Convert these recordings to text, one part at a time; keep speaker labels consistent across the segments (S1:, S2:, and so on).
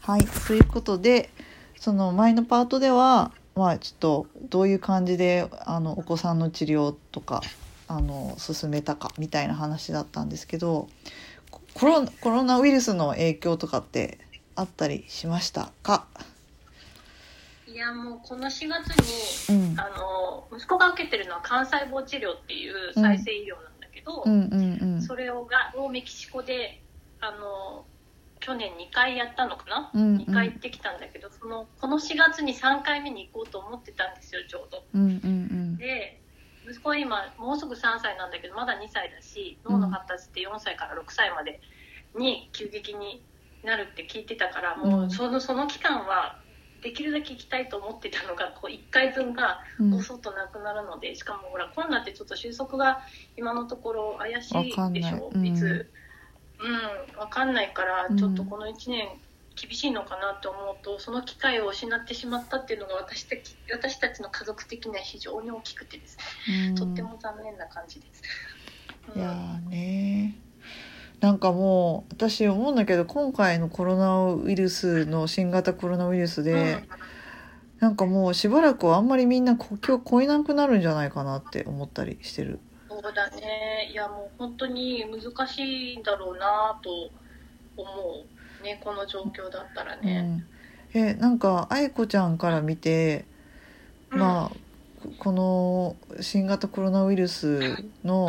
S1: はい、ということでその前のパートでは、まあ、ちょっとどういう感じであのお子さんの治療とかあの進めたかみたいな話だったんですけどココロコロナウイルスの影響とかってあったりしましたか、
S2: いやもうこの4月
S1: う
S2: に、
S1: ん、
S2: あの息子が受けてるのは肝細胞治療っていう再生医療なんだけど、
S1: うんうんうん
S2: それをがをメキシコであの去年2回やったのかな、
S1: うんうん
S2: 2回行ってきたんだけどそのこの4月に3回目に行こうと思ってたんですよちょうど。
S1: うんうん
S2: で息子は今もうすぐ3歳なんだけどまだ2歳だし脳の発達って4歳から6歳までに急激になるって聞いてたからも
S1: うん
S2: うそのその期間はできるだけ行きたいと思ってたのがこう1回分が
S1: うんうん
S2: ごそっとなくなるのでしかもほらコロナってちょっと収束が今のところ怪し
S1: わか
S2: い
S1: ん
S2: で
S1: ない
S2: しょ
S1: うん
S2: いつうん分かんないから
S1: うん
S2: ちょっとこの1年厳しいのかなと思うとその機会を失ってしまったっていうのが私たち私たちの家族的には非常に大きくてですね
S1: うん
S2: とっても残念な感じです。
S1: いやーねなんかもう私思うんだけど今回のコロナウイルスの新型コロナウイルス
S2: う
S1: で、
S2: ん
S1: なんかもうしばらくはあんまりみんな国境を越えなくなるんじゃないかなって思ったりしてる。
S2: うんそうだねいやもう本当に難しいんだろうなと思うねこの状況だったら
S1: う
S2: ね。
S1: ん、えなんか愛子ちゃんから見て、まあここの新型コロナウイルスの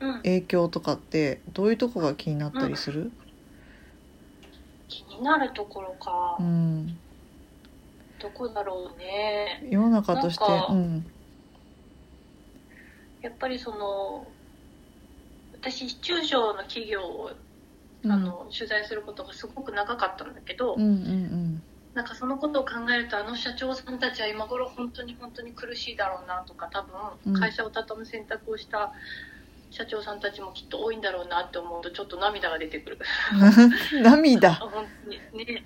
S2: あ、うん、
S1: 影響とかってどういうとこが気になったりする、
S2: 気になるところか、
S1: うん、
S2: どこだろうね
S1: 世の中として
S2: なんか
S1: うん
S2: やっぱりその私中小の企業を、
S1: うん
S2: あの取材することがすごく長かったんだけど、
S1: うんうん
S2: なんかそのことを考えるとあの社長さんたちは今頃本当に本当に苦しいだろうなとか多
S1: う
S2: 分
S1: ん
S2: 会社を畳む選択をした社長さんたちもきっと多いんだろうなって思うとちょっと涙が出てくる。
S1: うん 涙
S2: 本当にね、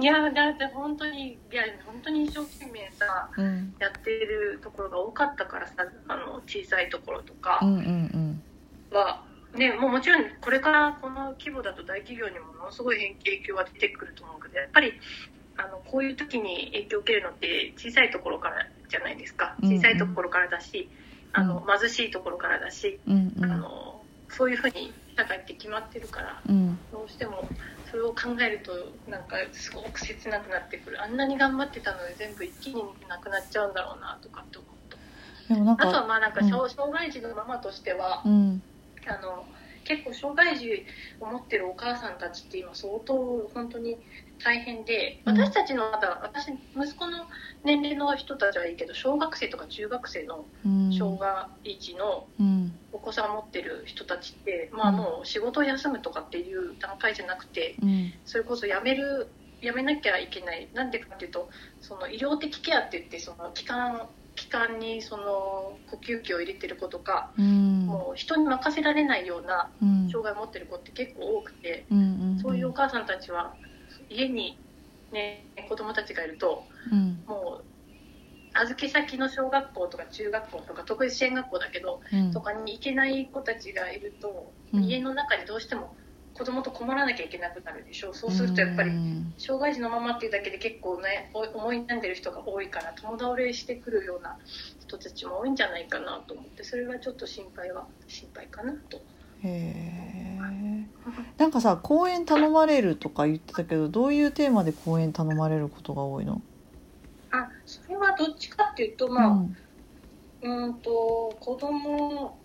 S2: いやだって本当にいや本当に一生懸命さ
S1: うん
S2: やってるところが多かったからさあの小さいところと
S1: う
S2: か
S1: んうん
S2: は、ね、もうもちろんこれからこの規模だと大企業にもものすごい影響は出てくると思うけどやっぱりあのこういう時に影響を受けるのって小さいところからじゃないですか
S1: うんうん
S2: 小さいところからだし、あの貧しいところからだし、
S1: うんうんう
S2: あ
S1: ん
S2: のそういうふうに社会って決まってるから。
S1: うん
S2: どうしてもそれを考えるとなんかすごく切なくなってくるあんなに頑張ってたので全部一気になくなっちゃうんだろうなとかって思うと
S1: でもなん
S2: あとは
S1: か
S2: まあなんか
S1: うん
S2: 障障害児のママとしては
S1: うん
S2: あの結構障害児を持ってるお母さんたちって今相当本当に大変で
S1: うん
S2: 私たちのまだ私息子の年齢の人たちはいいけど小学生とか中学生の
S1: うん
S2: 障害児の
S1: うん
S2: お子さん持ってる人たちって、まあ、もう仕事を休むとかっていう段階じゃなくて
S1: うん
S2: それこそ辞める辞めなきゃいけないなんでかっていうとその医療的ケアって言ってその気管気管にその呼吸器を入れてる子とか、
S1: うん
S2: もう人に任せられないような
S1: うん
S2: 障害持ってる子って結構多くて、
S1: うんんん
S2: そういうお母さんたちは家に、ね、子供たちがいると
S1: うん
S2: もう預け先の小学校とか中学校とか特別支援学校だけど
S1: うん
S2: とかに行けない子たちがいると、
S1: うん
S2: 家の中でどうしても子供と困らなきゃいけなくなるでしょそうするとやっぱり
S1: うん
S2: 障害児のままっていうだけで結構ねお思い悩んでる人が多いから共倒れしてくるような人たちも多いんじゃないかなと思ってそれはちょっと心配は心配かなと
S1: へえなんかさ公演頼まれるとか言ってたけどどういうテーマで公演頼まれることが多いの、
S2: あそれはどっちかっていうとまあ、
S1: う
S2: うんーんと子供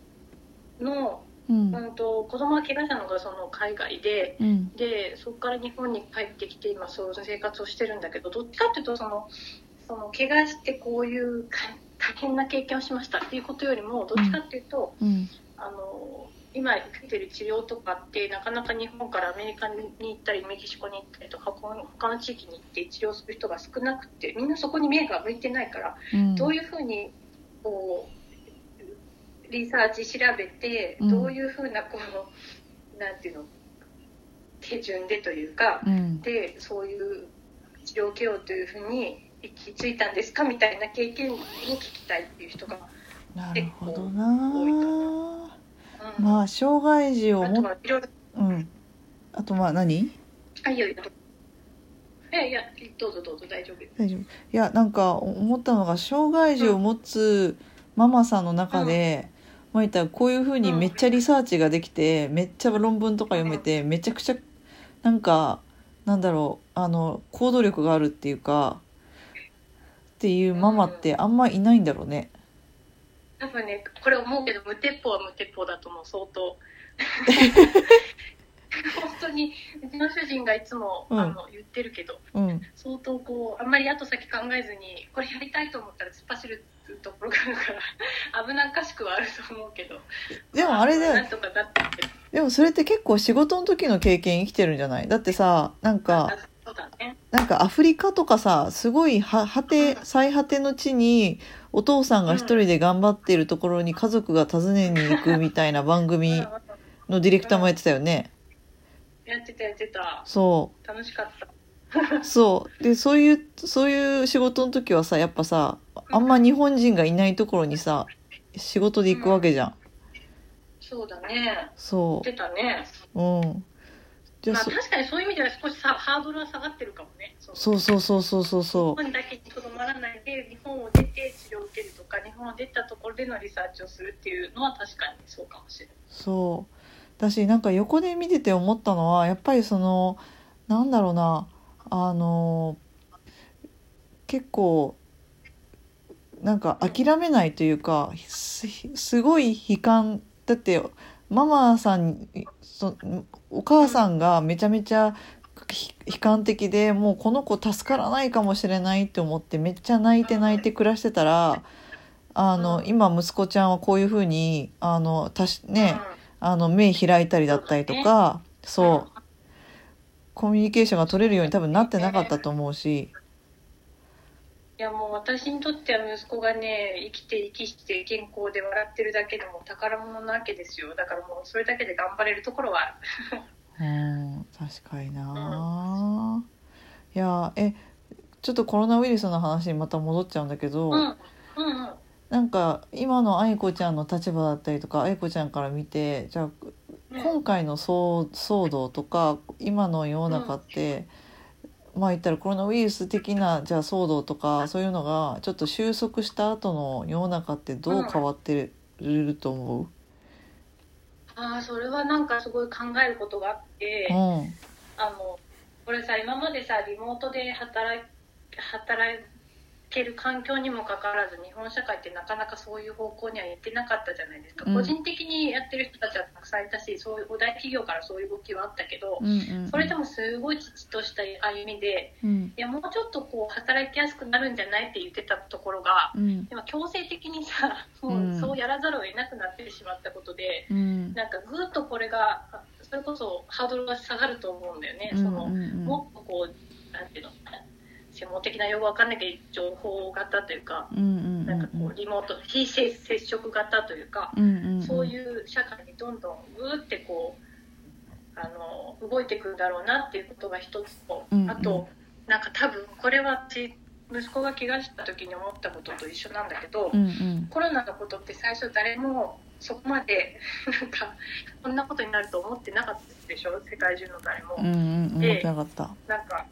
S2: の
S1: うん
S2: うーんと子供は怪我したのがその海外で
S1: うん
S2: でそこから日本に帰ってきて今そういう生活をしてるんだけどどっちかっていうとそのその怪我してこういうか大変な経験をしましたっていうことよりもどっちかっていうと、
S1: うん
S2: あの今受けてる治療とかってなかなか日本からアメリカに行ったりメキシコに行ったりとか他の他の地域に行って治療する人が少なくてみんなそこに目が向いてないから、
S1: うん
S2: どういうふうにこうリサーチ調べて、
S1: うん
S2: どういうふうなこうなんていうの手順でというか、
S1: うん
S2: でそういう治療受けようというふうに行き着いたんですかみたいな経験を聞きたいっていう人が、
S1: なるほど
S2: 多いか
S1: な
S2: うん
S1: まあ障害児を
S2: あと
S1: も
S2: はいろいろ
S1: うんあとまあ何
S2: あいいよいいよいやいや、どうぞどうぞ大丈夫です。
S1: 大丈夫いやなんか思ったのが障害児を持つママさんの中で、まあ言ったらこういうふうにめっちゃリサーチができてめっちゃ論文とか読めてめちゃくちゃなんかなんだろうあの行動力があるっていうかっていうママってあんまいないんだろうね。
S2: 多分ね、これ思うけど、無鉄砲は無鉄砲だと思う、相当。本当に、うちの主人がいつも、
S1: うん
S2: あの言ってるけど、
S1: うん、
S2: 相当こう、あんまり後先考えずに、これやりたいと思ったら突っ走るところがあるから、 危なっかしくはあると思うけど。
S1: でもあれだよ
S2: な
S1: ね
S2: んとかなって
S1: でもそれって結構仕事の時の経験生きてるんじゃないだってさなんか
S2: あそうだね。
S1: なんかアフリカとかさすごいは果て最果ての地にお父さんが一人で頑張ってるところに家族が訪ねに行くみたいな番
S2: うんう
S1: 組
S2: ん
S1: のディレクターもやってたよね。
S2: やってたやってた。
S1: そ
S2: 楽しかった。
S1: うそうでそういうそういう仕事の時はさやっぱさあんま日本人がいないところにさ仕事で行くわけじゃん。
S2: そうだね。や
S1: そ
S2: ってたね。
S1: ううん。じゃ
S2: ま
S1: あ
S2: あ、
S1: そ
S2: 確かにそういう意味では少しさハードルは下がってるかもね。そう
S1: そうそうそうそうそうそ
S2: 日本だけにとどまらないで日本を出て治療を受けるとか日本を出たところでのリサーチをするっていうのは確かにそうかもしれない。
S1: うそう。だしなんか横で見てて思ったのはやっぱりそのなんだろうなあの結構なんか諦めないというかすすごい悲観だってママさんそお母さんがめちゃめちゃひ悲観的でもうこの子助からないかもしれないって思ってめっちゃ泣いて泣いて暮らしてたらあの今息子ちゃんはこういうふうにあのたしねあの目開いたりだったりとか
S2: うん
S1: そうコミュニケーションが取れるように多分なってなかったと思うし、
S2: いやもう私にとっては息子がね生きて生きて健康で笑ってるだけでも宝物なわけですよだからもうそれだけで頑張れるところはある
S1: うん、確かにな、いやえちょっとコロナウイルスの話にまた戻っちゃうんだけど、
S2: うんうんうん
S1: なんか今の愛子ちゃんの立場だったりとか愛子ちゃんから見てじゃあ
S2: うん
S1: 今回の騒騒動とか今の世の中って、まあ言ったらコロナウイルス的なじゃあ騒動とかそういうのがちょっと収束した後の世の中ってどう変わってると思う、
S2: ああそれはなんかすごい考えることがあって、
S1: うん
S2: あのこれさ今までさリモートで働い働ける環境にもかかわらず日本社会ってなかなかそういう方向には行ってなかったじゃないですか、
S1: うん
S2: 個人的にやってる人たちはたくさんいたしそういう大企業からそういう動きはあったけど、
S1: うんうん
S2: それでもすごい父とした歩みで
S1: うん
S2: いやもうちょっとこう働きやすくなるんじゃないって言ってたところが
S1: うん
S2: 今強制的にさも
S1: うん
S2: うそうやらざるを得なくなってしまったことで。
S1: うん
S2: なんかぐっとこれがそれこそハードルが下がると思うんだよね、その
S1: うんうん
S2: もっとこうなんていうの専門的な用語わかんないけど情報型というか
S1: うんうんうん
S2: なんかこうリモート非接触型というか、
S1: うんうんうん
S2: そういう社会にどんどんぐーってこうあの動いていくんだろうなっていうことが一つと、
S1: うんうん
S2: あとなんか多分これは私息子が怪我した時に思ったことと一緒なんだけど、
S1: うんうん
S2: コロナのことって最初誰もそこまでなんかこんなことになると思ってなかったでしょ世界中の誰も、
S1: うんうんうん
S2: で
S1: 思ってなかった
S2: なんか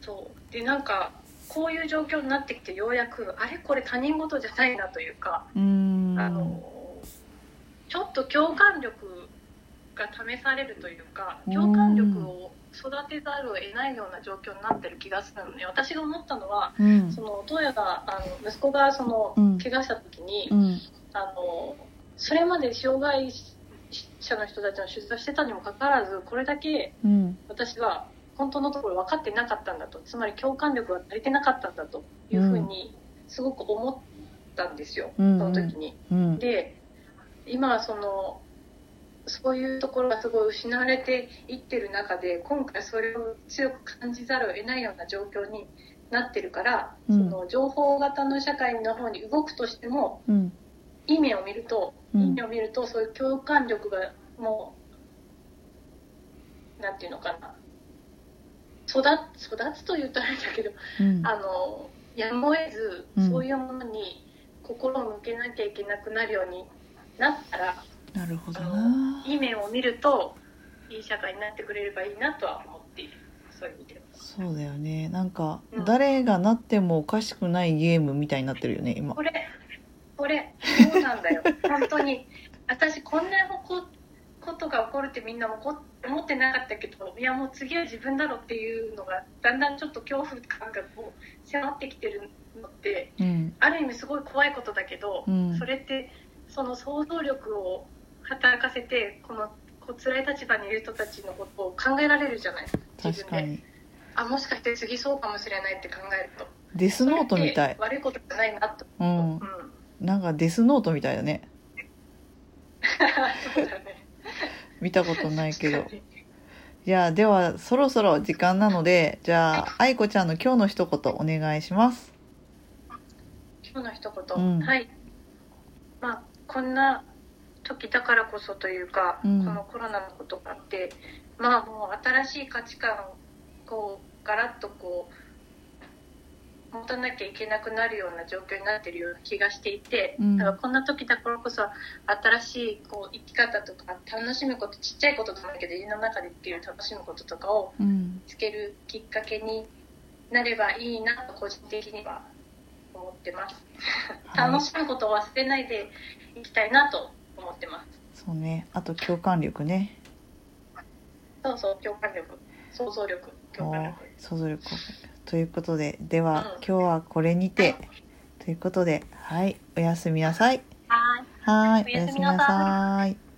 S2: そうでなんかこういう状況になってきてようやくあれこれ他人事じゃないなというか、
S1: うーん
S2: あのちょっと共感力が試されるというか
S1: うん
S2: 共感力を育てざるを得ないような状況になってる気がするのね私が思ったのは
S1: うん
S2: そのどうやらあの息子がその
S1: うん
S2: 怪我した時に、
S1: うん
S2: あのそれまで障害者の人たちの出材してたにもかかわらずこれだけ
S1: うん
S2: 私は本当のところ分かってなかったんだとつまり共感力が足りてなかったんだというふうにすごく思ったんですよ、
S1: うん
S2: その時に。
S1: うん
S2: で今はそのそういうところがすごい失われていってる中で今回それを強く感じざるを得ないような状況になってるから、
S1: うん
S2: その情報型の社会の方に動くとしても
S1: うん
S2: いい面を見ると、
S1: うん
S2: いい面を見るとそういう共感力がもうなんていうのかな育つ育つと言ったらあれだけど、
S1: うん
S2: あのやむを得ず、
S1: うん
S2: そういうものに心を向けなきゃいけなくなるようになったら
S1: なるほど
S2: あの
S1: ない
S2: い面を見るといい社会になってくれればいいなとは思っている。そういう意味では
S1: そうだよねなんか
S2: うん
S1: 誰がなってもおかしくないゲームみたいになってるよね今
S2: これこれそうなんだよ 本当に私こんなこことが起こるってみんなもこ思ってなかったけどいやもう次は自分だろっていうのがだんだんちょっと恐怖感がもう迫ってきてるのって
S1: うん
S2: ある意味すごい怖いことだけど、
S1: うん
S2: それってその想像力を働かせてこのこう辛い立場にいる人たちのことを考えられるじゃない自
S1: 確
S2: 分
S1: か
S2: で
S1: に
S2: あもしかして次そうかもしれないって考えると
S1: デスノートみたい
S2: それって悪いことじゃないなと
S1: う
S2: 思
S1: ん
S2: う、うん
S1: なんかデスノートみたいだね
S2: そうだね
S1: 見たことないけど
S2: 確かに
S1: じゃあではそろそろ時間なのでじゃあ愛子ちゃんの今日の一言お願いします
S2: 今日の一言、
S1: うん
S2: はいまあこんな時だからこそというか、
S1: うん
S2: このコロナのことがあってまあもう新しい価値観をこうガラッとこう持たなきゃいけなくなるような状況になってるような気がしていて、
S1: うん
S2: だからこんな時だからこそ新しいこう生き方とか楽しむことちっちゃいことでもいいけど家の中でできる楽しむこととかを
S1: うん
S2: つけるきっかけになればいいなと個人的には思ってます、
S1: はい
S2: 楽しむことを忘れないでいきたいなと思ってます
S1: そうねあと共感力ね
S2: そうそう共感力想像力共感力
S1: おー想像力ということででは
S2: うん
S1: 今日はこれにてということではいおやすみなさい
S2: はい
S1: はーい
S2: おやすみなさい
S1: おやすみなさい